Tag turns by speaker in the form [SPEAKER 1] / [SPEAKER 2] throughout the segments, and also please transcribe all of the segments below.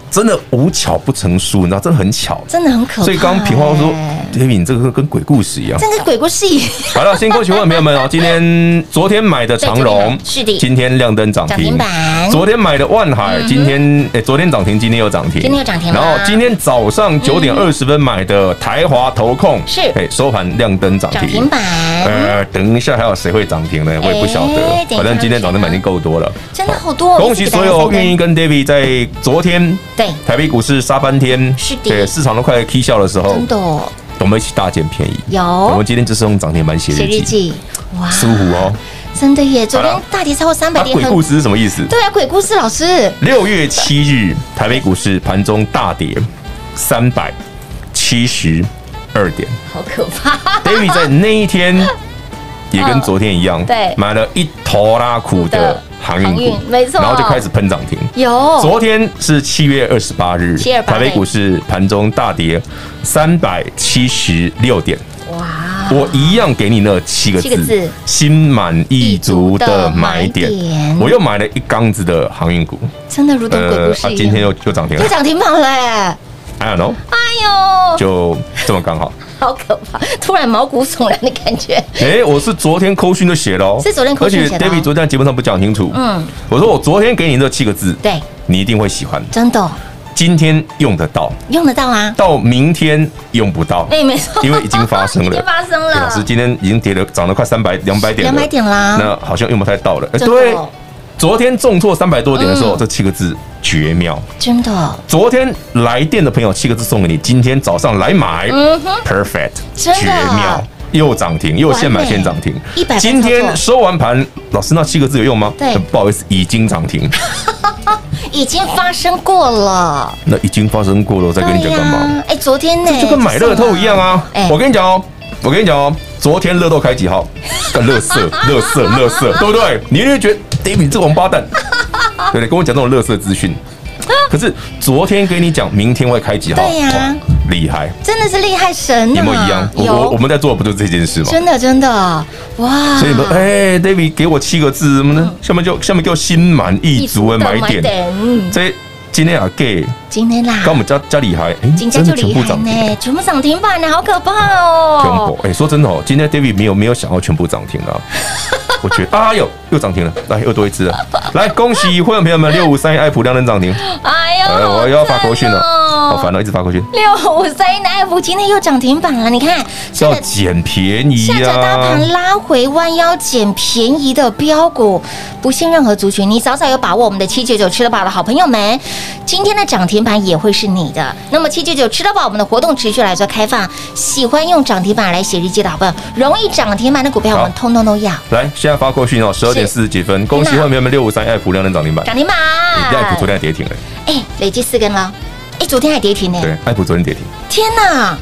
[SPEAKER 1] 真的无巧不成书，你知道，真的很巧。
[SPEAKER 2] 真的很可怕。
[SPEAKER 1] 所以刚刚平花说
[SPEAKER 2] 哎
[SPEAKER 1] ，David 你这个跟鬼故事一样。
[SPEAKER 2] 真的鬼故事一样
[SPEAKER 1] 好了，先恭喜各位朋友们哦，今天昨天买的长
[SPEAKER 2] 对昨天
[SPEAKER 1] 荣
[SPEAKER 2] 买，是的
[SPEAKER 1] 今天亮灯涨
[SPEAKER 2] 涨停
[SPEAKER 1] 停
[SPEAKER 2] 板嗯
[SPEAKER 1] 昨天买的万海，今天诶，昨天涨停，今天又涨停，
[SPEAKER 2] 今天又涨停啦
[SPEAKER 1] 然后今天早上九点二十分买的台华投控，
[SPEAKER 2] 是
[SPEAKER 1] 诶，收盘亮灯涨
[SPEAKER 2] 涨
[SPEAKER 1] 停
[SPEAKER 2] 停。板，
[SPEAKER 1] 呃，等一下还有谁会涨停呢？我也不晓
[SPEAKER 2] 哎等一下
[SPEAKER 1] 得，反正今天涨停板已经够多了。
[SPEAKER 2] 真的好多哦。
[SPEAKER 1] 恭喜所有愿意
[SPEAKER 2] 意
[SPEAKER 1] 跟 David 在昨天
[SPEAKER 2] 对
[SPEAKER 1] 台北股市杀翻天，
[SPEAKER 2] 是的
[SPEAKER 1] 对市场都快 K 笑的时候
[SPEAKER 2] 真，的哦
[SPEAKER 1] 我们一起大捡便宜。我
[SPEAKER 2] 有
[SPEAKER 1] 们今天就是用涨停板写
[SPEAKER 2] 写
[SPEAKER 1] 日
[SPEAKER 2] 日
[SPEAKER 1] 记，
[SPEAKER 2] 记，哇，
[SPEAKER 1] 舒服哦。
[SPEAKER 2] 真的耶！昨
[SPEAKER 1] 好
[SPEAKER 2] 天
[SPEAKER 1] 了
[SPEAKER 2] 大跌超过三百
[SPEAKER 1] 那
[SPEAKER 2] 点，
[SPEAKER 1] 鬼故
[SPEAKER 2] 很
[SPEAKER 1] 事是什么意思？
[SPEAKER 2] 对啊，鬼故事老师
[SPEAKER 1] 六月七日，台北股市盘中大跌三百七十二点。
[SPEAKER 2] 好可怕，
[SPEAKER 1] David 在那一天也跟昨天一样，
[SPEAKER 2] 嗯对
[SPEAKER 1] 买了一头拉苦的航运
[SPEAKER 2] 航
[SPEAKER 1] 股
[SPEAKER 2] 运，没错
[SPEAKER 1] 然后就开始喷涨停。
[SPEAKER 2] 有
[SPEAKER 1] 昨天是七月二十八日，
[SPEAKER 2] 728
[SPEAKER 1] 台北股市盘中大跌三百七十六点。
[SPEAKER 2] 哇，
[SPEAKER 1] 我一样给你那七个字，
[SPEAKER 2] 啊七个字
[SPEAKER 1] 心满意足的买点
[SPEAKER 2] 意足的买点。
[SPEAKER 1] 我又买了一缸子的航运股，
[SPEAKER 2] 真的如同鬼故事
[SPEAKER 1] 啊
[SPEAKER 2] 一
[SPEAKER 1] 今天
[SPEAKER 2] 样，
[SPEAKER 1] 又又涨停了
[SPEAKER 2] 又涨停板嘞！
[SPEAKER 1] ，I don't know，
[SPEAKER 2] 哎呦，
[SPEAKER 1] 就这么刚好。
[SPEAKER 2] 好可怕，突然毛骨悚然的感觉。
[SPEAKER 1] 哎，我是昨天扣讯就写了哦，
[SPEAKER 2] 是昨天扣讯写的哦
[SPEAKER 1] 而且 David 昨天在节目上不讲清楚，
[SPEAKER 2] 嗯，
[SPEAKER 1] 我说我昨天给你这七个字，
[SPEAKER 2] 对，
[SPEAKER 1] 你一定会喜欢，
[SPEAKER 2] 真的哦
[SPEAKER 1] 今天用得到，
[SPEAKER 2] 用得到啊。
[SPEAKER 1] 到明天用不到，
[SPEAKER 2] 哎，没错，
[SPEAKER 1] 因为已经发生 了
[SPEAKER 2] 已经发生
[SPEAKER 1] 哎
[SPEAKER 2] 了。
[SPEAKER 1] 老师今天已经跌了，涨了快三百两百点，
[SPEAKER 2] 200点啦
[SPEAKER 1] 那好像用不太到了。哎
[SPEAKER 2] 真的
[SPEAKER 1] 对
[SPEAKER 2] 哦，
[SPEAKER 1] 昨天重挫三百多点的时候，
[SPEAKER 2] 嗯
[SPEAKER 1] 这七个字绝妙。
[SPEAKER 2] 真的，
[SPEAKER 1] 昨天来电的朋友，七个字送给你，今天早上来买
[SPEAKER 2] 嗯哼
[SPEAKER 1] ，perfect，
[SPEAKER 2] 真的啊
[SPEAKER 1] 绝妙。又涨停，又现买现涨停
[SPEAKER 2] 完美100。
[SPEAKER 1] 今
[SPEAKER 2] 操作
[SPEAKER 1] 天收完盘，老师那七个字有用吗？
[SPEAKER 2] 对
[SPEAKER 1] 呃不好意思，已经 涨停。
[SPEAKER 2] 已经发生过了。
[SPEAKER 1] 那已经发生过了，我再跟你讲干嘛？
[SPEAKER 2] 对呀？哎，昨天呢？
[SPEAKER 1] 就跟买乐透一样啊
[SPEAKER 2] 就送了哎，！
[SPEAKER 1] 我跟你讲哦，我跟你讲哦，昨天乐透开几号？干乐 色，乐色，乐色，对不对？你就觉得 David 这王八蛋， 对不对？跟我讲这种乐色资讯。可是昨天跟你讲，明天会开几号？
[SPEAKER 2] 对呀
[SPEAKER 1] 哇厉害！
[SPEAKER 2] 真的是厉害神啊
[SPEAKER 1] 有没有一样？我我我们在做的不就是这件事吗？
[SPEAKER 2] 真的真的，嗯哇
[SPEAKER 1] 啊所以你们哎，David 给我七个字什么呢？下面就下面叫心满意足的买点。
[SPEAKER 2] 嗯
[SPEAKER 1] 所以今天啊，gay
[SPEAKER 2] 今天啦
[SPEAKER 1] 刚，我们家家里还哎，
[SPEAKER 2] 今天
[SPEAKER 1] 真
[SPEAKER 2] 就
[SPEAKER 1] 的全
[SPEAKER 2] 厉
[SPEAKER 1] 部
[SPEAKER 2] 害
[SPEAKER 1] 涨停。
[SPEAKER 2] 呢，全部涨停板呢，好可怕
[SPEAKER 1] 恐
[SPEAKER 2] 哦！
[SPEAKER 1] 怖哎，说真的哦，今天 David 没有没有想要全部涨停啊。 我觉得，哎呦，又涨停了，来又多一只了，来恭喜会员朋友们，六五三一爱普亮灯涨停，
[SPEAKER 2] 哎呦，
[SPEAKER 1] 哎，我又要发口讯了，好
[SPEAKER 2] 好
[SPEAKER 1] 烦哦，一直发口讯，
[SPEAKER 2] 六五三的爱福今天又涨停板了，你看，这
[SPEAKER 1] 要
[SPEAKER 2] 个
[SPEAKER 1] 捡便宜
[SPEAKER 2] 下
[SPEAKER 1] 啊
[SPEAKER 2] 着大
[SPEAKER 1] 呀
[SPEAKER 2] 盘。拉回弯腰捡便宜的标股，不限任何族群，你早早有把握。我们的七九九吃得饱的好朋友们，今天的涨停板也会是你的。那么七九九吃得饱，我们的活动持续来做开放，喜欢用涨停板来写日记的好朋友，容易涨停板的股票，我们
[SPEAKER 1] 好
[SPEAKER 2] 通通都要
[SPEAKER 1] 来，现在发过讯哦，十二点四十几分，恭喜会员朋友们，六五三一爱普亮灯涨停板，
[SPEAKER 2] 涨停板。
[SPEAKER 1] 爱普昨天还跌停了，
[SPEAKER 2] 哎，累计四根了，哎，昨天还跌停呢，
[SPEAKER 1] 对，爱嗯普昨天跌停。
[SPEAKER 2] 天哪，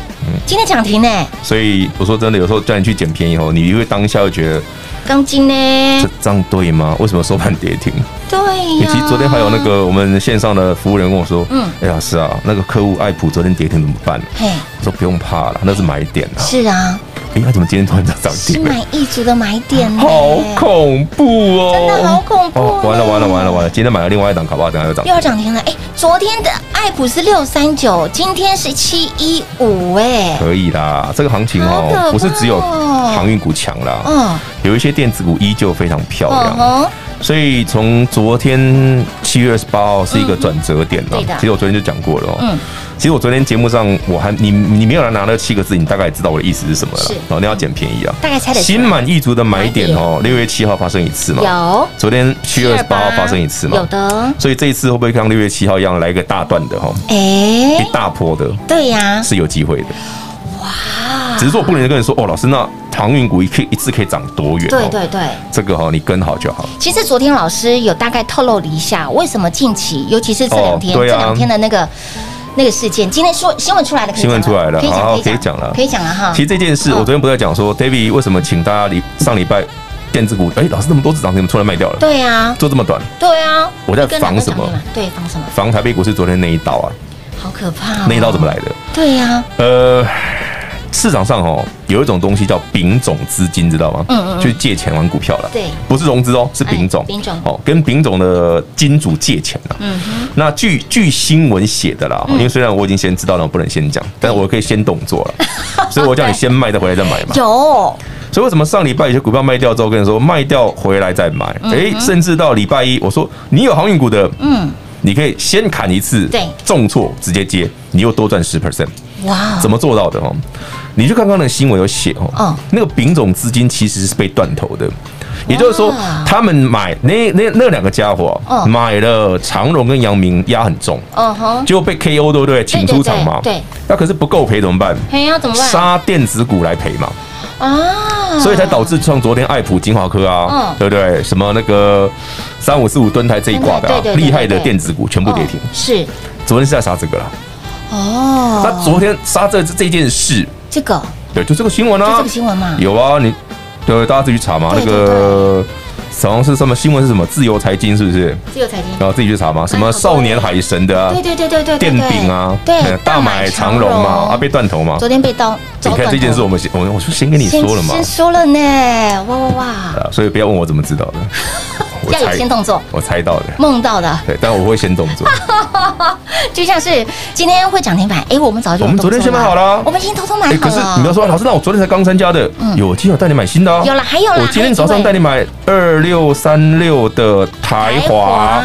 [SPEAKER 2] 今天涨停呢，
[SPEAKER 1] 所以我说真的，有时候叫你去捡便宜哦，你因为当下会觉得
[SPEAKER 2] 钢筋
[SPEAKER 1] 这
[SPEAKER 2] 呢？
[SPEAKER 1] 样对吗？为什么收盘跌停？
[SPEAKER 2] 对
[SPEAKER 1] 以
[SPEAKER 2] 哎呀，
[SPEAKER 1] 及昨天还有那个我们线上的服务人跟我说，
[SPEAKER 2] 嗯
[SPEAKER 1] 嗯，哎老师啊，那个客户爱普昨天跌停怎么办？
[SPEAKER 2] 嘿，
[SPEAKER 1] 我说不用怕了，那是买点啊。
[SPEAKER 2] 是啊。
[SPEAKER 1] 哎，他怎么今天突然涨
[SPEAKER 2] 心
[SPEAKER 1] 停了？
[SPEAKER 2] 满意足的买点呢，
[SPEAKER 1] 好恐怖哦！
[SPEAKER 2] 真的好恐怖
[SPEAKER 1] 哦
[SPEAKER 2] 呢
[SPEAKER 1] 完了完了完了完了！今天买了另外一档，搞不好等下又涨
[SPEAKER 2] 又。要涨停了。哎、昨天的爱普是六三九，今天是七一五，哎，
[SPEAKER 1] 可以啦，这个行情
[SPEAKER 2] 好可怕
[SPEAKER 1] 哦
[SPEAKER 2] 哦，
[SPEAKER 1] 不是只有航运股强啦，
[SPEAKER 2] 嗯，
[SPEAKER 1] 有一些电子股依旧非常漂亮。
[SPEAKER 2] 哦
[SPEAKER 1] 所以从昨天七月二十八号是一个转折点啊
[SPEAKER 2] 嗯对的
[SPEAKER 1] 其实我昨天就讲过了哦。
[SPEAKER 2] 嗯
[SPEAKER 1] 其实我昨天节目上我还你你没有拿那七个字，你大概也知道我的意思是什么了
[SPEAKER 2] 是
[SPEAKER 1] 啦。哦，你要捡便宜啊。
[SPEAKER 2] 大概猜得出来
[SPEAKER 1] 心满意足的买点哦，六月七号发生一次嘛。
[SPEAKER 2] 有
[SPEAKER 1] 昨天七月二十八号发生一次嘛。
[SPEAKER 2] 有。的，
[SPEAKER 1] 所以这一次会不会像六月七号一样来一个大段的哈、哦，
[SPEAKER 2] 哎、
[SPEAKER 1] 一大波的，
[SPEAKER 2] 对呀、
[SPEAKER 1] 是有机会的。哇！只是说我不能跟你说哦，老师，那航运股一可以一次可以涨多远、哦？
[SPEAKER 2] 对对对。
[SPEAKER 1] 这个哈、哦，你跟好就好。
[SPEAKER 2] 其实昨天老师有大概透露了一下，为什么近期，尤其是这两天、
[SPEAKER 1] 哦对
[SPEAKER 2] 这
[SPEAKER 1] 啊
[SPEAKER 2] 两天的那个那个事件，今天说新闻出来了，可以
[SPEAKER 1] 新闻
[SPEAKER 2] 讲
[SPEAKER 1] 出来了
[SPEAKER 2] 可以讲，
[SPEAKER 1] 好
[SPEAKER 2] 可以
[SPEAKER 1] 可以讲了
[SPEAKER 2] 可以讲了哈。
[SPEAKER 1] 其实这件事，
[SPEAKER 2] 嗯
[SPEAKER 1] 我昨天不是在讲说，David 为什么请大家礼上礼拜电子股，哎，老师那么多只涨停，怎么突然卖掉了？
[SPEAKER 2] 对啊，
[SPEAKER 1] 做这么短，
[SPEAKER 2] 对啊，
[SPEAKER 1] 我在
[SPEAKER 2] 一根两
[SPEAKER 1] 防
[SPEAKER 2] 根
[SPEAKER 1] 什么
[SPEAKER 2] 涨停板？对，防什么？
[SPEAKER 1] 防台北股市昨天那一刀啊，
[SPEAKER 2] 好可怕、哦！
[SPEAKER 1] 那一刀怎么？来的？
[SPEAKER 2] 对啊呀、
[SPEAKER 1] 呃，市场上哦有一种东西叫丙种资金，知道吗？
[SPEAKER 2] 嗯嗯嗯
[SPEAKER 1] 就是借钱玩股票了。
[SPEAKER 2] 对
[SPEAKER 1] 不是融资哦，是丙种
[SPEAKER 2] 哎。丙种
[SPEAKER 1] 哦，跟丙种的金主借钱啊。
[SPEAKER 2] 嗯哼。
[SPEAKER 1] 那据据新闻写的啦，因为虽然我已经先知道了，我不能先讲，但是我可以先动作 了，所以我叫你先卖再回来再买嘛。
[SPEAKER 2] 有，
[SPEAKER 1] 所以为什么上礼拜有些股票卖掉之后，跟你说卖掉回来再买？诶，甚至到礼拜一，我说你有航运股的，
[SPEAKER 2] 嗯，
[SPEAKER 1] 你可以先砍一次，
[SPEAKER 2] 对哦
[SPEAKER 1] 重挫直接接，你又多赚十 percent，
[SPEAKER 2] 哇，
[SPEAKER 1] 怎么做到的哦？你去看刚刚那个新闻有写
[SPEAKER 2] 嗯
[SPEAKER 1] 哦，那个丙种资金其实是被断头的。也就是说
[SPEAKER 2] 哇，
[SPEAKER 1] 他们买那那那两个家伙
[SPEAKER 2] 嗯
[SPEAKER 1] 买了长荣跟阳明压很重，
[SPEAKER 2] 嗯哼，
[SPEAKER 1] 结果被 KO 对不对？请出场嘛。
[SPEAKER 2] 对对对
[SPEAKER 1] 那可是不够赔怎么办？
[SPEAKER 2] 嘿，要怎么办
[SPEAKER 1] 杀电子股来赔嘛。
[SPEAKER 2] 啊？
[SPEAKER 1] 所以才导致像昨天爱普、金华科啊
[SPEAKER 2] 嗯，
[SPEAKER 1] 对不对？什么那个三五四五吨台这一挂
[SPEAKER 2] 对
[SPEAKER 1] 的啊
[SPEAKER 2] 对对对对
[SPEAKER 1] 厉害的电子股全部跌停
[SPEAKER 2] 哦。是
[SPEAKER 1] 昨天是在杀这个啦，
[SPEAKER 2] 哦，
[SPEAKER 1] 那昨天杀这这件事，
[SPEAKER 2] 这个
[SPEAKER 1] 对，就这个新闻
[SPEAKER 2] 就
[SPEAKER 1] 啊
[SPEAKER 2] 这个，新闻嘛，
[SPEAKER 1] 有啊，你对大家自己去查嘛。
[SPEAKER 2] 对
[SPEAKER 1] 那个好像是什么新闻是什么自由财经是不是？啊
[SPEAKER 2] 自由财经，
[SPEAKER 1] 然后自己去查嘛，什
[SPEAKER 2] 哎好
[SPEAKER 1] 么
[SPEAKER 2] 多
[SPEAKER 1] 少年海神的啊，
[SPEAKER 2] 对对对对对，对
[SPEAKER 1] 电饼啊，
[SPEAKER 2] 对
[SPEAKER 1] 嗯，大买长荣嘛，啊被断头嘛。
[SPEAKER 2] 昨天被刀，
[SPEAKER 1] 你看这件事，我
[SPEAKER 2] 们
[SPEAKER 1] 们先我我就先跟你说了嘛
[SPEAKER 2] 先，说了呢，哇哇哇，
[SPEAKER 1] 啊所以不要问我怎么 知道的，我
[SPEAKER 2] 要有
[SPEAKER 1] 猜
[SPEAKER 2] 先动作，
[SPEAKER 1] 我猜到的。
[SPEAKER 2] 梦到的，
[SPEAKER 1] 对，但我会先动
[SPEAKER 2] 啊
[SPEAKER 1] 作。
[SPEAKER 2] 就像是今天会涨停板，哎，我们早就有
[SPEAKER 1] 我们
[SPEAKER 2] 动作
[SPEAKER 1] 昨天先买好了
[SPEAKER 2] 我们已经偷偷买
[SPEAKER 1] 哎，
[SPEAKER 2] 好
[SPEAKER 1] 可是
[SPEAKER 2] 了，
[SPEAKER 1] 你不要说，老师，那我昨天才刚参加的，有，我今天有带你买新的啊。
[SPEAKER 2] 啊嗯有了还有啦
[SPEAKER 1] 我今天早上带你买二六三六的台
[SPEAKER 2] 台
[SPEAKER 1] 华
[SPEAKER 2] 华，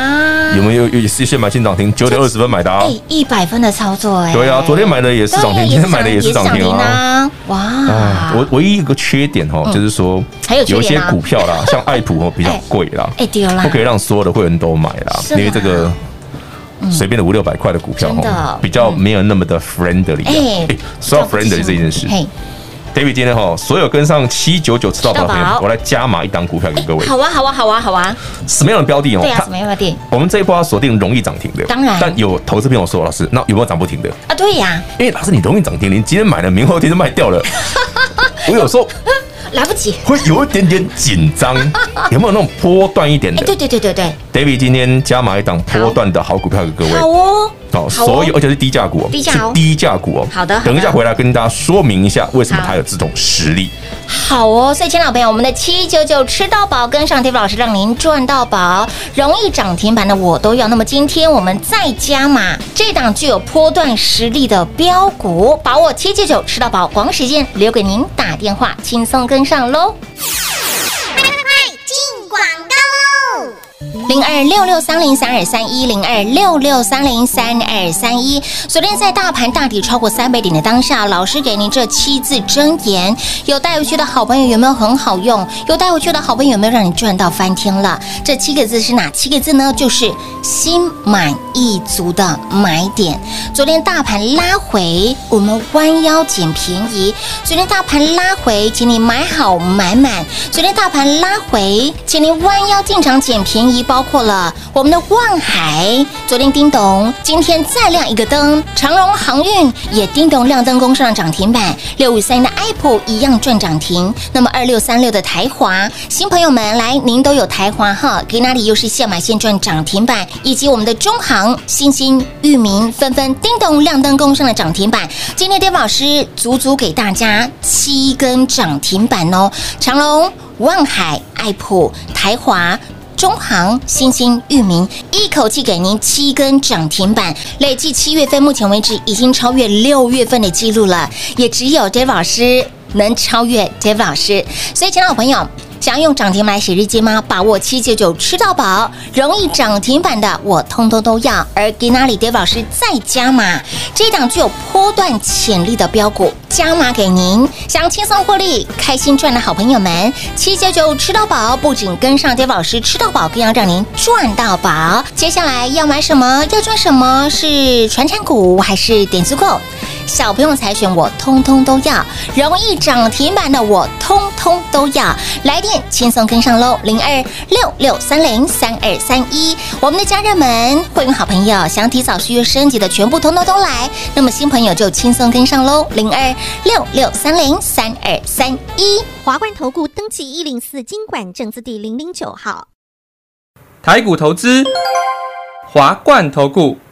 [SPEAKER 1] 有没有？有也是先买新涨停，九点二十分买的啊
[SPEAKER 2] 哎。，一百分的操作，哎，
[SPEAKER 1] 对啊，昨天买的也是涨停，今天买的也是涨停啊。
[SPEAKER 2] 啊！哇，
[SPEAKER 1] 哎，我唯一一个缺点哦，就是说
[SPEAKER 2] 嗯还有缺
[SPEAKER 1] 有一
[SPEAKER 2] 点
[SPEAKER 1] 些
[SPEAKER 2] 啊
[SPEAKER 1] 股票啦，像爱普哦比较
[SPEAKER 2] 哎
[SPEAKER 1] 贵啦，
[SPEAKER 2] 哎丢啦
[SPEAKER 1] 不，可以让所有的会员都买啦，
[SPEAKER 2] 是啦嗯
[SPEAKER 1] 因为这个随便的五六百块的股票
[SPEAKER 2] 真的嗯
[SPEAKER 1] 哦，比较没有那么的 friendly 啊。哎，说到 friendly 这件事，
[SPEAKER 2] 嘿，
[SPEAKER 1] David 今天哈，所有跟上七九九吃到饱的朋
[SPEAKER 2] 吃
[SPEAKER 1] 友
[SPEAKER 2] 到饱
[SPEAKER 1] 们，我来加码一档股票给各位。
[SPEAKER 2] 好啊，好啊，好啊，好啊，
[SPEAKER 1] 什么样的标的哦？
[SPEAKER 2] 对啊，
[SPEAKER 1] 它
[SPEAKER 2] 什么样的店
[SPEAKER 1] 我们这一波要锁定容易涨停的，
[SPEAKER 2] 当然
[SPEAKER 1] 但有投资朋友说，老师，那有没有涨不停的？
[SPEAKER 2] 啊？对呀，
[SPEAKER 1] 因为老师，你容易涨停，你今天买了，明后天就卖 掉了。我有时候
[SPEAKER 2] 来不及，
[SPEAKER 1] 会有一点点紧张，有没有那种波段一点
[SPEAKER 2] 哎，对
[SPEAKER 1] 的
[SPEAKER 2] 对对对对，
[SPEAKER 1] David 今天加码一档波段的好股票给各位，
[SPEAKER 2] 好哦，
[SPEAKER 1] 好，
[SPEAKER 2] 哦
[SPEAKER 1] 所有而且是低价股哦，
[SPEAKER 2] 低价哦
[SPEAKER 1] 是低价股哦。
[SPEAKER 2] 好的好的
[SPEAKER 1] 等一下回来跟大家说明一下为什么
[SPEAKER 2] 好
[SPEAKER 1] 它有这种实力。
[SPEAKER 2] 好哦，所以，亲老朋友，我们的七九九吃到饱，跟上 David 老师，让您赚到饱，容易涨停板的我都要。那么今天我们再加码这档具有波段实力的标股，把握七九九吃到饱，广时间留给您打电话，轻松跟上喽。零二六六三零三二三一零二六六三零三二三一。昨天在大盘大底超过三百点的当下，老师给您这七字真言，有带回去的好朋友有没有很好用？有带回去的好朋友有没有让你赚到翻天了？这七个字是哪七个字呢？就是心满意足的买点。昨天大盘拉回，我们弯腰捡便宜。昨天大盘拉回，请你买好买满。昨天大盘拉回，请您弯腰进场捡便宜，包括了我们的望海，昨天叮咚，今天再亮一个灯，长荣航运也叮咚亮灯攻上涨停板，六五三的 Apple 一样赚涨停，那么二六三六的台华，新朋友们来，您都有台华哈，给哪里又是现买现赚涨停板，以及我们的中航、新兴、域名纷纷叮咚亮灯攻上了涨停板，今天 d a 老师足足给大家七根涨停板哦，长隆、望海、爱普、台华。中航、新兴、域名，一口气给您七根涨停板，累计七月份目前为止已经超越六月份的记录了，也只有 Dave 老师能超越 Dave 老师。所以，亲爱的朋友，想要用涨停板来写日记吗？把握七九九吃到饱，容易涨停板的我通通都要。而 g i n a l i Dave 老师再加码，这档具有波段潜力的标股加码给您，想轻松获利、开心赚的好朋友们，七九九吃到饱，不仅跟上 Dave 老师吃到饱，更要让您赚到饱。接下来要买什么？要赚什么？是传产股还是点足够？小朋友才选我通通都要，容易涨停板的我通通都要，来电轻松跟上喽，零二六六三零三二三一，我们的家人们，会员好朋友想提早续约升级的全部通通都来，那么新朋友就轻松跟上喽，零二六六三零三二三一。
[SPEAKER 3] 华冠投顾登记一零四经管证字第零零九号。
[SPEAKER 4] 台股投资，华冠投顾。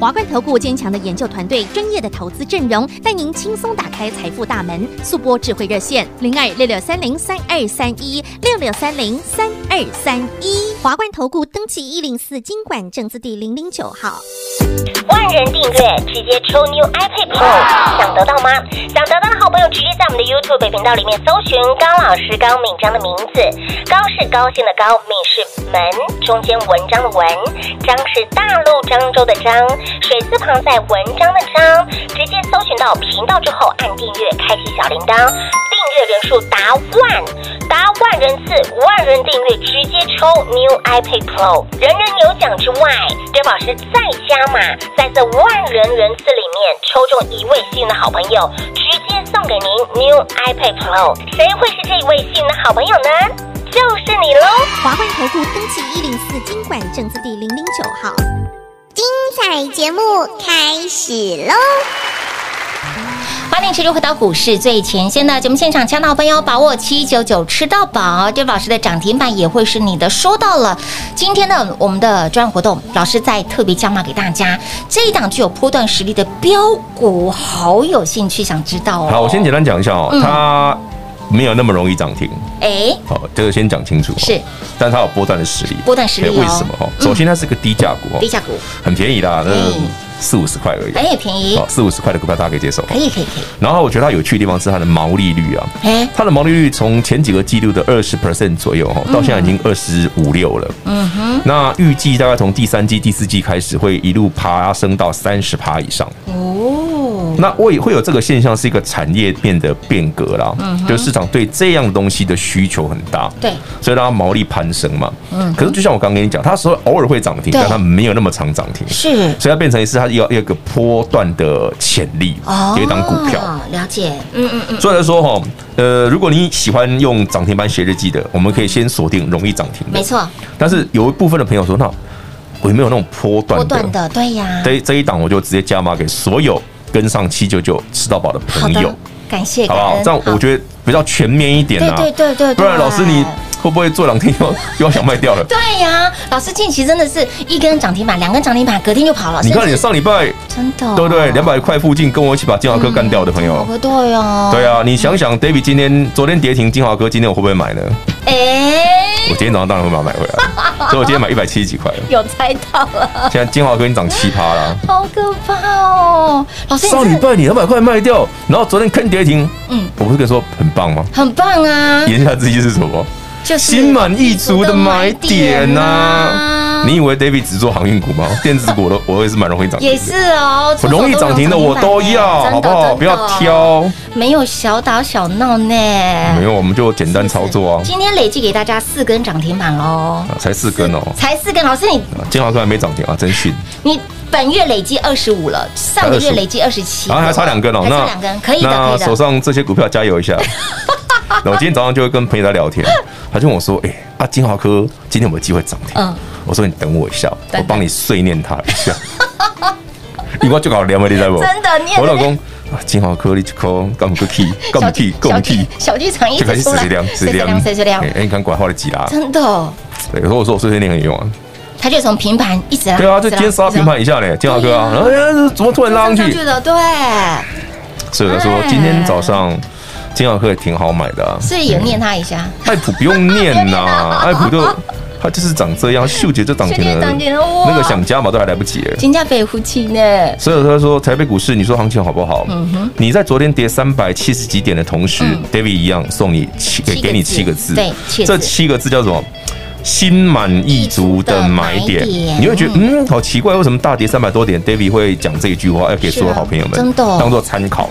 [SPEAKER 3] 华冠投顾坚强的研究团队，专业的投资阵容，带您轻松打开财富大门。速播智慧热线零二六六三零三二三一六六三零三二三一。华冠投顾登记一零四经管证字第零零九号。
[SPEAKER 5] 万人订阅直接抽 New iPad Pro，想得到吗？想得到的好朋友直接在我们的 YouTube 频道里面搜寻高老师高敏章的名字，高是高兴的高，敏是门中间文章的文，章是大陆漳州的章，水字旁在文章的章，直接搜寻到频道之后按订阅，开启小铃铛，订阅人数达万。达万人次、万人订阅，直接抽 New iPad Pro，人人有奖之外，珍宝师再加码，在这万人人次里面抽中一位幸运的好朋友，直接送给您 New iPad Pro。谁会是这一位幸运的好朋友呢？就是你喽！
[SPEAKER 3] 华冠投顾登记一零四经管证字第零零九号。精彩节目开始喽！
[SPEAKER 2] 欢迎持续回到股市最前线的节目现场，强到朋友把握七九九吃到饱，对老师的涨停板也会是你的。说到了今天的我们的专案活动，老师再特别加码给大家这一档具有波段实力的标股，好有兴趣想知道哦。
[SPEAKER 1] 好，我先简单讲一下哦，
[SPEAKER 2] 嗯
[SPEAKER 1] 它没有那么容易涨停，
[SPEAKER 2] 哎，
[SPEAKER 1] 好，这个先讲清楚。哦
[SPEAKER 2] 是，
[SPEAKER 1] 但它有波段的实力，
[SPEAKER 2] 波段实力哦
[SPEAKER 1] 对为什么？哦，首先它是个低价股，哦
[SPEAKER 2] 低价股，
[SPEAKER 1] 很便宜啦，那
[SPEAKER 2] 嗯
[SPEAKER 1] 四五十块而已。
[SPEAKER 2] 哎，便宜
[SPEAKER 1] 哦，，四五十块的股票大家可以接受。
[SPEAKER 2] 可以可以可以，
[SPEAKER 1] 然后我觉得它有趣的地方是它的毛利率啊，
[SPEAKER 2] 哎，
[SPEAKER 1] 它的毛利率从前几个季度的二十 percent 左右哈，哦到现在已经二十五六了。嗯哼，那预计
[SPEAKER 2] 嗯
[SPEAKER 1] 大概从第三季、第四季开始会一路爬升到三十趴以上。
[SPEAKER 2] 哦，
[SPEAKER 1] 那会会有这个现象，是一个产业变得变革啦，就市场对这样东西的需求很大，
[SPEAKER 2] 对，
[SPEAKER 1] 所以让它毛利攀升嘛。可是就像我刚刚跟你讲，它所偶尔会涨停，
[SPEAKER 2] 对
[SPEAKER 1] 但它没有那么常涨停，
[SPEAKER 2] 是
[SPEAKER 1] 所以它变成是它要要有一个波段的潜力，
[SPEAKER 2] 哦
[SPEAKER 1] 有一档股票。
[SPEAKER 2] 了解，嗯嗯嗯，
[SPEAKER 1] 所以来说哈，呃，如果你喜欢用涨停板写日记的，我们可以先锁定容易涨停的，
[SPEAKER 2] 没。错，
[SPEAKER 1] 但是有一部分的朋友说，那我有没有那种波段
[SPEAKER 2] 波
[SPEAKER 1] 的？
[SPEAKER 2] 段的，对呀，
[SPEAKER 1] 这这一档我就直接加码给所有跟上七九九吃到饱的
[SPEAKER 2] 好
[SPEAKER 1] 朋友
[SPEAKER 2] 的，，感谢，
[SPEAKER 1] 好不好
[SPEAKER 2] 感？恩
[SPEAKER 1] 这样我觉得比较全面一点
[SPEAKER 2] 对
[SPEAKER 1] 啊。
[SPEAKER 2] 对对对，
[SPEAKER 1] 不然老师你
[SPEAKER 2] 对
[SPEAKER 1] 会不会做两天又 又要想卖掉了？
[SPEAKER 2] 对呀、老师近期真的是一根涨停板，两根涨停板，隔天就跑了。
[SPEAKER 1] 你看
[SPEAKER 2] 甚
[SPEAKER 1] 你
[SPEAKER 2] 至
[SPEAKER 1] 上礼拜
[SPEAKER 2] 真的、
[SPEAKER 1] 对不对？两百块附近跟我一起把金华哥干掉的朋友。
[SPEAKER 2] 不对哦。
[SPEAKER 1] 对，啊，你想想，David 今天昨天跌停，金华哥今天我会不会买呢？
[SPEAKER 2] 哎、
[SPEAKER 1] 我今天早上当然会把它买回 来，啊所以我今天买一百七十几块了。
[SPEAKER 2] 有猜到了，
[SPEAKER 1] 现在金华哥已经涨七趴啦。
[SPEAKER 2] 好可怕哦！老师，你
[SPEAKER 1] 上礼
[SPEAKER 2] 是
[SPEAKER 1] 拜你两百块卖掉，然后昨天坑跌停，
[SPEAKER 2] 嗯，
[SPEAKER 1] 我不是跟你说很棒吗？
[SPEAKER 2] 很棒啊，
[SPEAKER 1] 言下之意是什么？
[SPEAKER 2] 就是
[SPEAKER 1] 心满意足的买点呐、
[SPEAKER 2] 啊
[SPEAKER 1] 你以为 David 只做航运股吗？电子股我都 我也是蛮容易涨停的，
[SPEAKER 2] 也是哦，
[SPEAKER 1] 我容易涨停的我都要，
[SPEAKER 2] 出
[SPEAKER 1] 好
[SPEAKER 2] 手
[SPEAKER 1] 不
[SPEAKER 2] 都有涨停板耶真
[SPEAKER 1] 好？
[SPEAKER 2] 的
[SPEAKER 1] 不要，挑，
[SPEAKER 2] 真的没有小打小闹呢。哎
[SPEAKER 1] 没有我们就简单操作啊，
[SPEAKER 2] 今天累计给大家四根涨停板喽，
[SPEAKER 1] 啊才四根哦，
[SPEAKER 2] 才四根，老师你
[SPEAKER 1] 建华哥还没涨停啊，真逊，
[SPEAKER 2] 你本月累计二十五了，上个月
[SPEAKER 1] 25
[SPEAKER 2] 累计二十七，
[SPEAKER 1] 然后还差两根哦，
[SPEAKER 2] 还差
[SPEAKER 1] 那
[SPEAKER 2] 两根，可以的，可
[SPEAKER 1] 那
[SPEAKER 2] 以
[SPEAKER 1] 手
[SPEAKER 2] 的。
[SPEAKER 1] 上这些股票加油 一下。那我今天早上就会跟朋友在聊天，他就问我说：“哎、啊，金华科今天有没有机会涨停？”
[SPEAKER 2] 嗯
[SPEAKER 1] 我说：“你等我一下，
[SPEAKER 2] 等
[SPEAKER 1] 我帮你碎念他一下。” 你我就搞聊没你在不？
[SPEAKER 2] 真的你也
[SPEAKER 1] 我老公啊，金华科你去抠，干不个屁，干不屁，干
[SPEAKER 2] 小
[SPEAKER 1] 不屁
[SPEAKER 2] 剧，小剧场一
[SPEAKER 1] 就开
[SPEAKER 2] 直
[SPEAKER 1] 始
[SPEAKER 2] 出
[SPEAKER 1] 死
[SPEAKER 2] 来，
[SPEAKER 1] 水量，
[SPEAKER 2] 谁谁凉，谁谁凉
[SPEAKER 1] 哎，，哎你看管话的急啦。
[SPEAKER 2] 真的哦，
[SPEAKER 1] 对，有时候我说我碎念很有用啊。
[SPEAKER 2] 他就从平盘一直拉，
[SPEAKER 1] 对啊，
[SPEAKER 2] 一直
[SPEAKER 1] 就
[SPEAKER 2] 拉
[SPEAKER 1] 今天杀平，盘一下呢，金华科啊，然后哎怎么突然拉上
[SPEAKER 2] 一直拉上
[SPEAKER 1] 去
[SPEAKER 2] 去？的，对，
[SPEAKER 1] 所以我说
[SPEAKER 2] 哎
[SPEAKER 1] 今天早上金华科也挺好买的啊。
[SPEAKER 2] 所以有念他一下，
[SPEAKER 1] 爱普不用念呐、
[SPEAKER 2] 哎
[SPEAKER 1] 爱普就它就是长这样，秀姐就涨停
[SPEAKER 2] 秀姐
[SPEAKER 1] 了
[SPEAKER 2] 长停了哇，
[SPEAKER 1] 那个想加码都还来不及耶。
[SPEAKER 2] 金价被夫妻呢，
[SPEAKER 1] 所以他说台北股市，你说行情好不好？
[SPEAKER 2] 嗯
[SPEAKER 1] 你在昨天跌三百七十几点的同时、d a v i d 一样送你七给
[SPEAKER 2] 七个字
[SPEAKER 1] 给你七个字，
[SPEAKER 2] 对七嗯个字
[SPEAKER 1] 这七个字叫什么？心满意足的买点
[SPEAKER 2] 意足的买，点
[SPEAKER 1] 你会觉得嗯，好奇怪，为什么大跌三百多点，David 会讲这一句话，要给所有好朋友们
[SPEAKER 2] 是啊真的哦
[SPEAKER 1] 当做参考。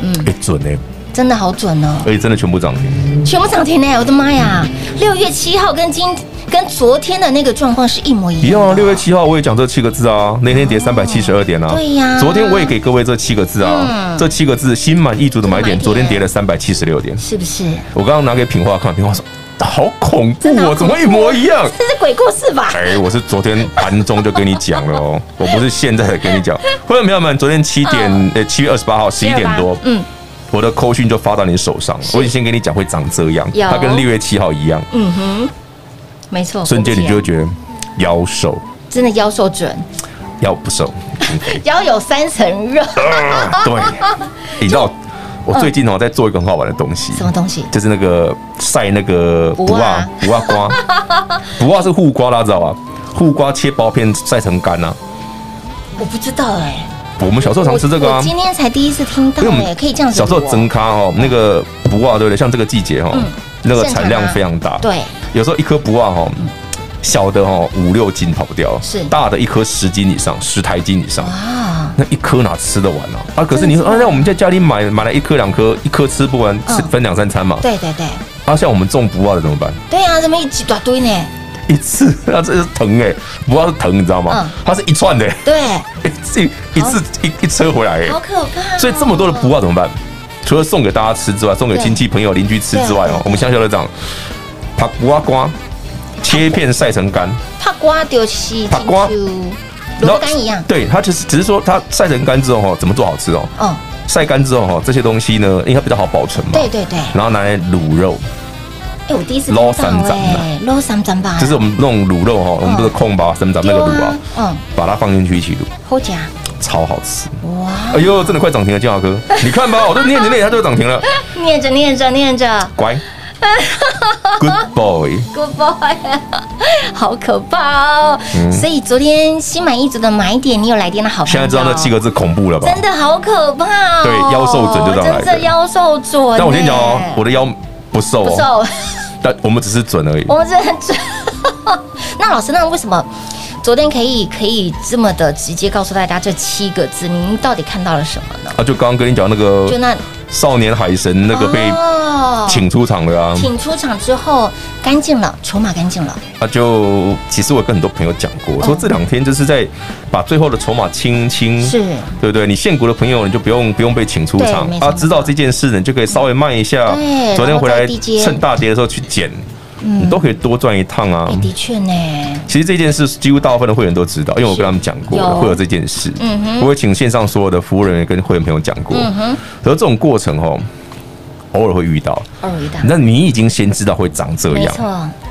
[SPEAKER 1] 嗯，哎，准哎，
[SPEAKER 2] 真的好准哦，
[SPEAKER 1] 而且真的全部涨停。
[SPEAKER 2] 全部涨停呢，我的妈呀！六月七号跟今跟昨天的那个状况是一模一
[SPEAKER 1] 一
[SPEAKER 2] 样
[SPEAKER 1] 样
[SPEAKER 2] 的，
[SPEAKER 1] 啊，六月七号我也讲这七个字啊，那天跌三百七十二点啊。
[SPEAKER 2] 对呀
[SPEAKER 1] 昨天我也给各位这七个字啊，
[SPEAKER 2] 嗯
[SPEAKER 1] 这七个字心满意足的买
[SPEAKER 2] 买
[SPEAKER 1] 点，
[SPEAKER 2] 点
[SPEAKER 1] 昨天跌了三百七十六点。
[SPEAKER 2] 是不是？
[SPEAKER 1] 我刚刚拿给品化看，品化说好恐怖
[SPEAKER 2] 真的好
[SPEAKER 1] 哦，
[SPEAKER 2] 恐怖
[SPEAKER 1] 怎么一模一样？
[SPEAKER 2] 这是鬼故事吧？
[SPEAKER 1] 哎，我是昨天盘中就跟你讲 了哦，我不是现在才跟你讲。会员朋友们，昨天七点呃七月二十八号十一点多，
[SPEAKER 2] 嗯，
[SPEAKER 1] 我的扣讯就发到你手上了，我已经先跟你讲会长这样，
[SPEAKER 2] 有嗯
[SPEAKER 1] 它跟六月七号一样，
[SPEAKER 2] 没错，
[SPEAKER 1] 瞬间你
[SPEAKER 2] 我
[SPEAKER 1] 就会
[SPEAKER 2] 不
[SPEAKER 1] 觉得腰瘦
[SPEAKER 2] 见真的腰受准，
[SPEAKER 1] 腰不瘦，心肥。
[SPEAKER 2] 腰有三层 肉，
[SPEAKER 1] 对，你知道我最近哦在做一个很好玩的东西，
[SPEAKER 2] 嗯什么东西？
[SPEAKER 1] 就是那个晒那个
[SPEAKER 2] 卜
[SPEAKER 1] 不啊
[SPEAKER 2] 啊
[SPEAKER 1] 不啊瓜， 不啊是护瓜啦，知道吧？护瓜切薄片晒成干啊，
[SPEAKER 2] 我不知道哎，
[SPEAKER 1] 我们小时候常吃这个
[SPEAKER 2] 我
[SPEAKER 1] 啊
[SPEAKER 2] 我。今天才第一次听到
[SPEAKER 1] 因为我
[SPEAKER 2] 哎，可以这样
[SPEAKER 1] 们
[SPEAKER 2] 子。
[SPEAKER 1] 小时候蒸咖哦，那个不啊，对不对？像这个季节
[SPEAKER 2] 嗯
[SPEAKER 1] 哦，那个产量非常大。，
[SPEAKER 2] 对，嗯
[SPEAKER 1] 有时候一颗不啊哦，小的哦五六斤跑不掉，
[SPEAKER 2] 是
[SPEAKER 1] 大的一颗十斤以上，十台斤以上。
[SPEAKER 2] 啊，
[SPEAKER 1] 那一颗哪吃得完啊？啊，可是你说啊，那我们在家里买买了一颗两颗，一颗吃不完，吃
[SPEAKER 2] 嗯
[SPEAKER 1] 分两三餐嘛。
[SPEAKER 2] 对对对，
[SPEAKER 1] 啊，像我们种不二的怎么办？
[SPEAKER 2] 对啊，怎么一一大堆呢？
[SPEAKER 1] 一次啊，这是疼哎，不二是疼，你知道吗
[SPEAKER 2] 嗯？
[SPEAKER 1] 它是一串的，欸
[SPEAKER 2] 对，
[SPEAKER 1] 一次一次一一车回来
[SPEAKER 2] 好
[SPEAKER 1] 哎，
[SPEAKER 2] 可怕哦。
[SPEAKER 1] 所以这么多的不啊二怎么办？除了送给大家吃之外，送给亲戚朋友邻居吃之外
[SPEAKER 2] 对对
[SPEAKER 1] 哦，我们乡下都这样，把不二瓜切片晒成干，
[SPEAKER 2] 怕刮丢西，
[SPEAKER 1] 怕刮
[SPEAKER 2] 进去萝卜干一样。
[SPEAKER 1] 对，它就是只是说它晒成干之后哦，怎么做好吃哦？
[SPEAKER 2] 嗯，
[SPEAKER 1] 晒干之后哦，这些东西呢，应该比较好保存嘛。
[SPEAKER 2] 对对对。
[SPEAKER 1] 然后拿来卤肉，
[SPEAKER 2] 哎，我第一次听
[SPEAKER 1] 捞
[SPEAKER 2] 到
[SPEAKER 1] 三掌啊
[SPEAKER 2] 哎，捞三掌吧，
[SPEAKER 1] 就是我们弄卤肉哈，我们不是空把生长那个卤啊，
[SPEAKER 2] 嗯对啊嗯
[SPEAKER 1] 把它放进去一起卤，
[SPEAKER 2] 好假
[SPEAKER 1] 超好吃。
[SPEAKER 2] 哇！
[SPEAKER 1] 哎呦，真的快涨停了，建 华哥，你看吧，我都念着念，它就涨停了，
[SPEAKER 2] 念着念着念着
[SPEAKER 1] 乖，Good boy，
[SPEAKER 2] ，Good boy，好 可怕哦！所以昨天心满意足的买点，你有来电的好朋友，
[SPEAKER 1] 嗯现在知道那七个字恐怖了吧？
[SPEAKER 2] 真的欸好可怕哦！
[SPEAKER 1] 对腰受准就这样来的
[SPEAKER 2] 真的腰受准。
[SPEAKER 1] 但我先讲哦，我
[SPEAKER 2] 的
[SPEAKER 1] 的腰不瘦
[SPEAKER 2] 不
[SPEAKER 1] 哦，
[SPEAKER 2] 瘦，
[SPEAKER 1] 但我们只是准而已。
[SPEAKER 2] 我们真的很准。那老师，那为什么昨天可以可以这么的直接告诉大家这七个字，您到底看到了什么呢？
[SPEAKER 1] 啊，就刚刚跟你讲那个
[SPEAKER 2] 就那
[SPEAKER 1] 少年海神那个被
[SPEAKER 2] 哦
[SPEAKER 1] 请出场的啊，
[SPEAKER 2] 请出场之后干净了，筹码干净了，
[SPEAKER 1] 他啊就其实我跟很多朋友讲过，我说
[SPEAKER 2] 嗯
[SPEAKER 1] 这两天就是在把最后的筹码清清，
[SPEAKER 2] 是
[SPEAKER 1] 对不对？你现股的朋友你就不用不用被请出场
[SPEAKER 2] 对没
[SPEAKER 1] 啊，
[SPEAKER 2] 错
[SPEAKER 1] 知道这件事呢，你就可以稍微慢一下
[SPEAKER 2] 对，
[SPEAKER 1] 昨天回
[SPEAKER 2] 然
[SPEAKER 1] 来
[SPEAKER 2] 后在低阶
[SPEAKER 1] 趁大跌的时候去捡，
[SPEAKER 2] 嗯
[SPEAKER 1] 你都可以多赚一趟啊
[SPEAKER 2] 哎，。的确呢，
[SPEAKER 1] 其实这件事几乎大部分的会员都知道，因为我跟他们讲过
[SPEAKER 2] 有
[SPEAKER 1] 会有这件事，
[SPEAKER 2] 嗯
[SPEAKER 1] 我也请线上所有的服务人员跟会员朋友讲过，可是这种过程哦，偶尔会遇到，
[SPEAKER 2] 二维大，
[SPEAKER 1] 那你已经先知道会长这
[SPEAKER 2] 没
[SPEAKER 1] 样，
[SPEAKER 2] 错，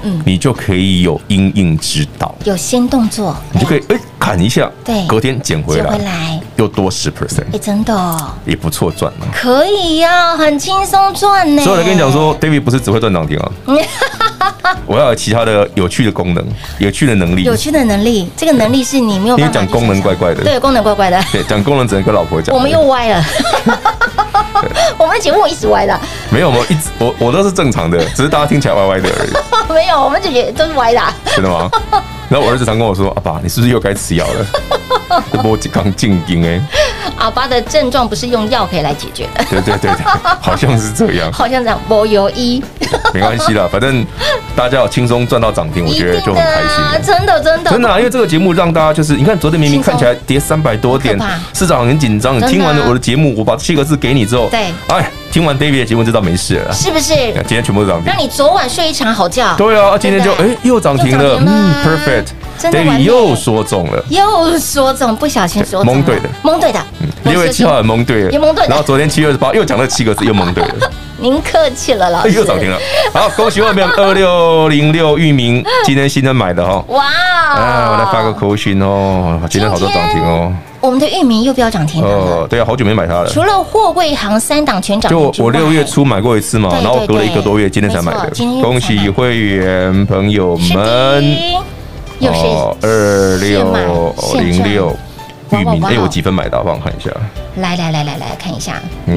[SPEAKER 2] 嗯，
[SPEAKER 1] 你就可以有因应之道，
[SPEAKER 2] 有先动作，
[SPEAKER 1] 你就可以哎砍一下，
[SPEAKER 2] 对
[SPEAKER 1] 隔天捡回
[SPEAKER 2] 接回
[SPEAKER 1] 来
[SPEAKER 2] 来，
[SPEAKER 1] 又多十 percent，
[SPEAKER 2] 哎，真的哦
[SPEAKER 1] 也不错赚嘛。
[SPEAKER 2] 可以呀，很轻松赚呢。
[SPEAKER 1] 所以我才跟你讲说，David 不是只会赚涨停 啊，我要有其他的有趣的功能、有趣的能力。
[SPEAKER 2] 有趣的能力，这个能力是你没有办法
[SPEAKER 1] 因为讲
[SPEAKER 2] 去想
[SPEAKER 1] 功能
[SPEAKER 2] 象
[SPEAKER 1] 怪怪的
[SPEAKER 2] 对，功能怪怪的，
[SPEAKER 1] 对，讲功能只能跟老婆讲。
[SPEAKER 2] 我们又歪了。 我们的节目一直歪的，
[SPEAKER 1] 没有，我一直我我都是正常的，只是大家听起来歪歪的而已，
[SPEAKER 2] 没有，我们姐姐都是歪的。
[SPEAKER 1] 真的吗？然后我儿子常跟我说：“阿、爸，你是不是又该吃药了？” 这波刚进京哎，
[SPEAKER 2] 阿爸的症状不是用药可以来解决的，
[SPEAKER 1] 对对对对，好像是这样。
[SPEAKER 2] 好像讲我有医，
[SPEAKER 1] 没关系啦，反正大家有轻松赚到涨停，我觉得就很开心
[SPEAKER 2] 啊
[SPEAKER 1] 了。
[SPEAKER 2] 真的真的
[SPEAKER 1] 真的、啊，因为这个节目让大家就是，你看昨天明明
[SPEAKER 2] 轻松
[SPEAKER 1] 看起来跌三百多点
[SPEAKER 2] 很可怕，
[SPEAKER 1] 市场很紧张。你
[SPEAKER 2] 真的啊
[SPEAKER 1] 听完了我的节目，我把七个字给你之后，
[SPEAKER 2] 对
[SPEAKER 1] 哎，听完 David 的节目就知道没事了。哎
[SPEAKER 2] 是不是？
[SPEAKER 1] 今天全部都涨停
[SPEAKER 2] 让，你昨晚睡一场好觉，
[SPEAKER 1] 对啊，今天就
[SPEAKER 2] 对不
[SPEAKER 1] 哎
[SPEAKER 2] 对
[SPEAKER 1] 又涨停
[SPEAKER 2] 又
[SPEAKER 1] 了，
[SPEAKER 2] 涨停了
[SPEAKER 1] 嗯
[SPEAKER 2] 啊真的完
[SPEAKER 1] ，perfect，David
[SPEAKER 2] 美
[SPEAKER 1] 又说中了。
[SPEAKER 2] 又说中，不小心说中
[SPEAKER 1] 蒙
[SPEAKER 2] 了
[SPEAKER 1] 对的嗯
[SPEAKER 2] 蒙对的，
[SPEAKER 1] 六月七号也蒙对了，
[SPEAKER 2] 也蒙对了
[SPEAKER 1] 然后昨天七月二十八又讲了七个字，又蒙对 了，
[SPEAKER 2] 您客气了，老
[SPEAKER 1] 哎
[SPEAKER 2] 师，
[SPEAKER 1] 又涨停了。好，恭喜外面二六零六域名，今天新增买的哈。
[SPEAKER 2] 哇！哦
[SPEAKER 1] 啊，我来发个口讯哦，今天好多涨停哦。
[SPEAKER 2] 我们的域名又飙涨停板了。
[SPEAKER 1] 哦，对啊，好久没买它了。
[SPEAKER 2] 除了货柜行三档全涨
[SPEAKER 1] 就
[SPEAKER 2] 停
[SPEAKER 1] 我
[SPEAKER 2] 之外，
[SPEAKER 1] 我六月初买过一次嘛，
[SPEAKER 2] 对对
[SPEAKER 1] 然后隔了一个多月，
[SPEAKER 2] 对
[SPEAKER 1] 今天才买
[SPEAKER 2] 没
[SPEAKER 1] 的
[SPEAKER 2] 错今天。又
[SPEAKER 1] 恭
[SPEAKER 2] 才
[SPEAKER 1] 喜
[SPEAKER 2] 买
[SPEAKER 1] 会员朋友
[SPEAKER 2] 是
[SPEAKER 1] 们
[SPEAKER 2] 的，又是
[SPEAKER 1] 哦二
[SPEAKER 2] 现买
[SPEAKER 1] 六哦零
[SPEAKER 2] 现赚
[SPEAKER 1] 六
[SPEAKER 2] 哇
[SPEAKER 1] 域
[SPEAKER 2] 哇
[SPEAKER 1] 名，
[SPEAKER 2] 哇
[SPEAKER 1] 哎，我几分买的啊？帮我看一 下，
[SPEAKER 2] 来来来来来看一下，
[SPEAKER 1] 嗯，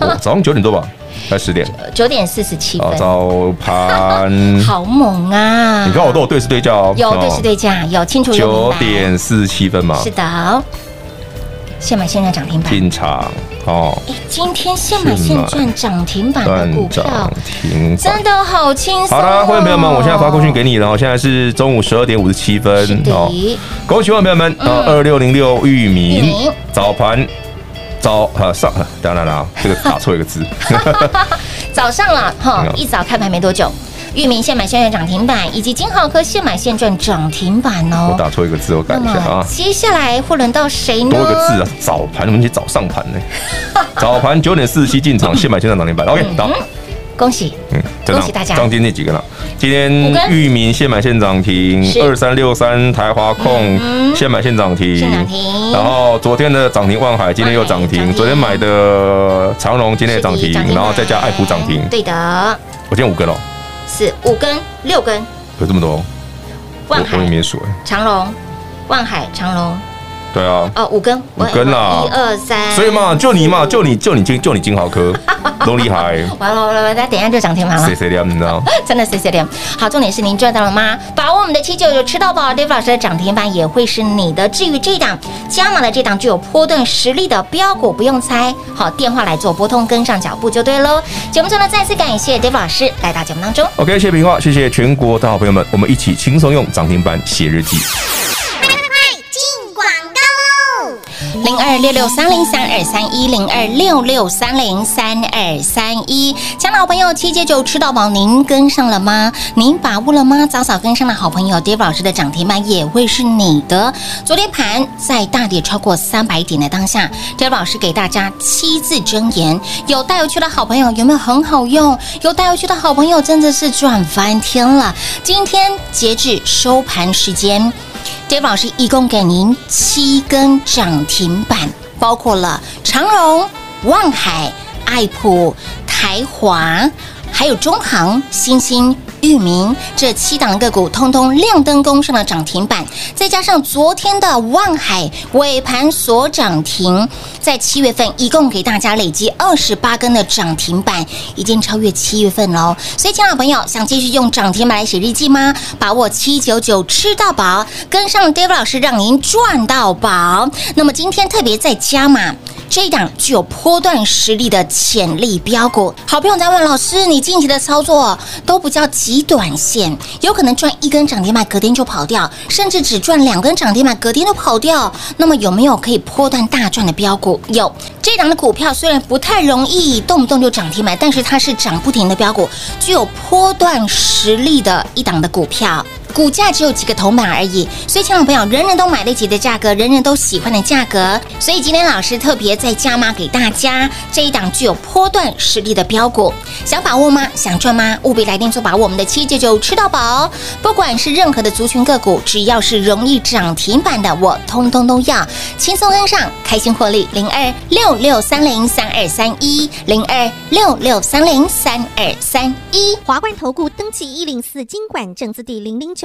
[SPEAKER 1] 我早上九点多吧，还是十点？
[SPEAKER 2] 九点四十七
[SPEAKER 1] 啊，
[SPEAKER 2] 分，
[SPEAKER 1] 早盘，
[SPEAKER 2] 好猛啊！
[SPEAKER 1] 你看我都有对视对价哦，
[SPEAKER 2] 有对是对价，有清楚有明
[SPEAKER 1] 九
[SPEAKER 2] 白
[SPEAKER 1] 点四十七分嘛，
[SPEAKER 2] 是的，现买现赚涨停板。
[SPEAKER 1] 进场哦，
[SPEAKER 2] 哎，今天现买现赚涨停板
[SPEAKER 1] 断
[SPEAKER 2] 哎的股票
[SPEAKER 1] 涨，停板
[SPEAKER 2] 真。的哦好轻松、
[SPEAKER 1] 好
[SPEAKER 2] 哦。
[SPEAKER 1] 啦，会员朋友们，我现在发过去给你了哦，现在是中午十二点五十七分
[SPEAKER 2] 是
[SPEAKER 1] 哦。
[SPEAKER 2] 的，
[SPEAKER 1] 恭喜会员朋友们
[SPEAKER 2] 嗯
[SPEAKER 1] 啊，二六零六域
[SPEAKER 2] 域
[SPEAKER 1] 名
[SPEAKER 2] 名
[SPEAKER 1] 早盘早啊上，啊当 然啦，这个打错一个字，
[SPEAKER 2] 早上了哈
[SPEAKER 1] 没有，
[SPEAKER 2] 一早开盘没多久，域名现买现赚涨停板，以及金浩科现买现赚涨停板
[SPEAKER 1] 我
[SPEAKER 2] 哦。
[SPEAKER 1] 打错一个字，我改
[SPEAKER 2] 那
[SPEAKER 1] 一下
[SPEAKER 2] 么
[SPEAKER 1] 啊。
[SPEAKER 2] 接下来会轮到谁呢？
[SPEAKER 1] 多一个字啊，早盘，我们去早上盘 呢。早盘九点四十七进场，现买现上涨停板。OK，好，
[SPEAKER 2] 恭喜，
[SPEAKER 1] 嗯，真
[SPEAKER 2] 嗯
[SPEAKER 1] 的
[SPEAKER 2] 恭喜大家
[SPEAKER 1] 涨停那几个了？今天
[SPEAKER 2] 五根
[SPEAKER 1] 域名现买现涨停，
[SPEAKER 2] 是
[SPEAKER 1] 二三六三台华控
[SPEAKER 2] 嗯
[SPEAKER 1] 现买现涨停，
[SPEAKER 2] 现涨停
[SPEAKER 1] 然后昨天的涨停万海，今天又涨
[SPEAKER 2] 万海
[SPEAKER 1] 停。
[SPEAKER 2] 涨停
[SPEAKER 1] 昨天买的长隆，今天也涨
[SPEAKER 2] 是
[SPEAKER 1] 停
[SPEAKER 2] 的涨，停
[SPEAKER 1] 然后再加爱普涨停。
[SPEAKER 2] 对的，
[SPEAKER 1] 我今天五根哦，
[SPEAKER 2] 是五根、六根，
[SPEAKER 1] 有这么多哦，我
[SPEAKER 2] 万
[SPEAKER 1] 我也
[SPEAKER 2] 海、
[SPEAKER 1] 没数哎。
[SPEAKER 2] 长隆、万海、长隆，
[SPEAKER 1] 对啊，
[SPEAKER 2] 哦，五根，
[SPEAKER 1] 五根啦
[SPEAKER 2] 一二三，
[SPEAKER 1] 所以嘛，就你嘛，就你就你金就你金豪 科，都厉害，
[SPEAKER 2] 完了完了完了，那等一下就涨停板了
[SPEAKER 1] 谁。谁亮，你知道？
[SPEAKER 2] 真的谢谢点。好，重点是您赚到了吗？把握我们的七九九吃到饱，Dave 老师的涨停板也会是你的。至于这档加码的这档具有波段实力的标股，不用猜，好电话来做拨通，跟上脚步就对喽。节目中呢，再次感谢 Dave 老师来到节目当中。
[SPEAKER 1] OK，谢谢平话，谢谢全国的好朋友们，我们一起轻松用涨停板写日记。
[SPEAKER 2] 零二六六三零三二三一零二六六三零三二三一。亲爱的好朋友，七九九吃到饱，您跟上了吗？您把握了吗？早早跟上的好朋友，Dave 老师的涨停板也会是你的。昨天盘在大跌超过三百点的当下，Dave 老师给大家七字真言：有带有去的好朋友有没有很好用？有带有去的好朋友真的是赚翻天了。今天截止收盘时间。Dave 老师一共给您七根涨停板，包括了长荣、望海、爱普、台华、还有中航、新兴、域名这七档个股，通通亮灯攻上了涨停板。再加上昨天的万海尾盘所涨停，在七月份一共给大家累积二十八根的涨停板，已经超越七月份喽。所以，亲爱的朋友，想继续用涨停板来写日记吗？把握七九九吃到饱，跟上 David 老师，让您赚到宝。那么今天特别再加码。这一档具有波段实力的潜力标股。好朋友在问老师，你近期的操作都不叫极短线，有可能赚一根涨停板，隔天就跑掉，甚至只赚两根涨停板，隔天就跑掉。那么有没有可以波段大赚的标股？有，这档的股票虽然不太容易动不动就涨停板，但是它是涨不停的标股，具有波段实力的一档的股票。股价只有几个铜板而已，所以，亲爱的朋友，人人都买得起的价格，人人都喜欢的价格。所以，今天老师特别再加码给大家这一档具有波段实力的标股，想把握吗？想赚吗？务必来电做把握我们的七九九吃到饱。不管是任何的族群个股，只要是容易涨停板的，我通通都要轻松跟上，开心获利。零二六六三零三二三一零二六六三零三二三一。
[SPEAKER 3] 华冠投顾登记一零四经管证字第零零九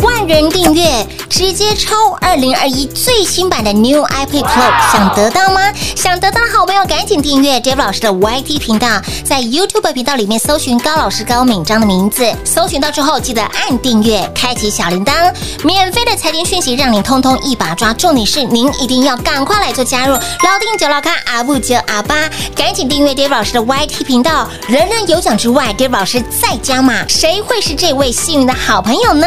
[SPEAKER 2] 万人订阅，直接抽二零二一最新版的 New iPad Pro，想得到吗？想得到的好朋友赶紧订阅 Dave 老师的 YT 频道，在 YouTube 频道里面搜寻高老师高敏章的名字，搜寻到之后记得按订阅，开启小铃铛，免费的财经讯息让你通通一把抓。重点是您一定要赶快来做加入，老定九老咖阿布九阿巴，赶紧订阅 Dave 老师的 YT 频道，人人有奖之外，Dave 老师再加码，谁会是这位幸运的好朋友呢？